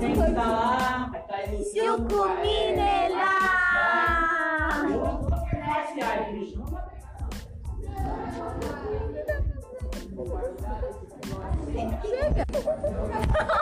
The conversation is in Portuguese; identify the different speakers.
Speaker 1: tem que estar lá atrás do seu
Speaker 2: Chucumi
Speaker 1: Eu
Speaker 2: nela!
Speaker 1: não vou passear, gente. Não vai
Speaker 2: Chega!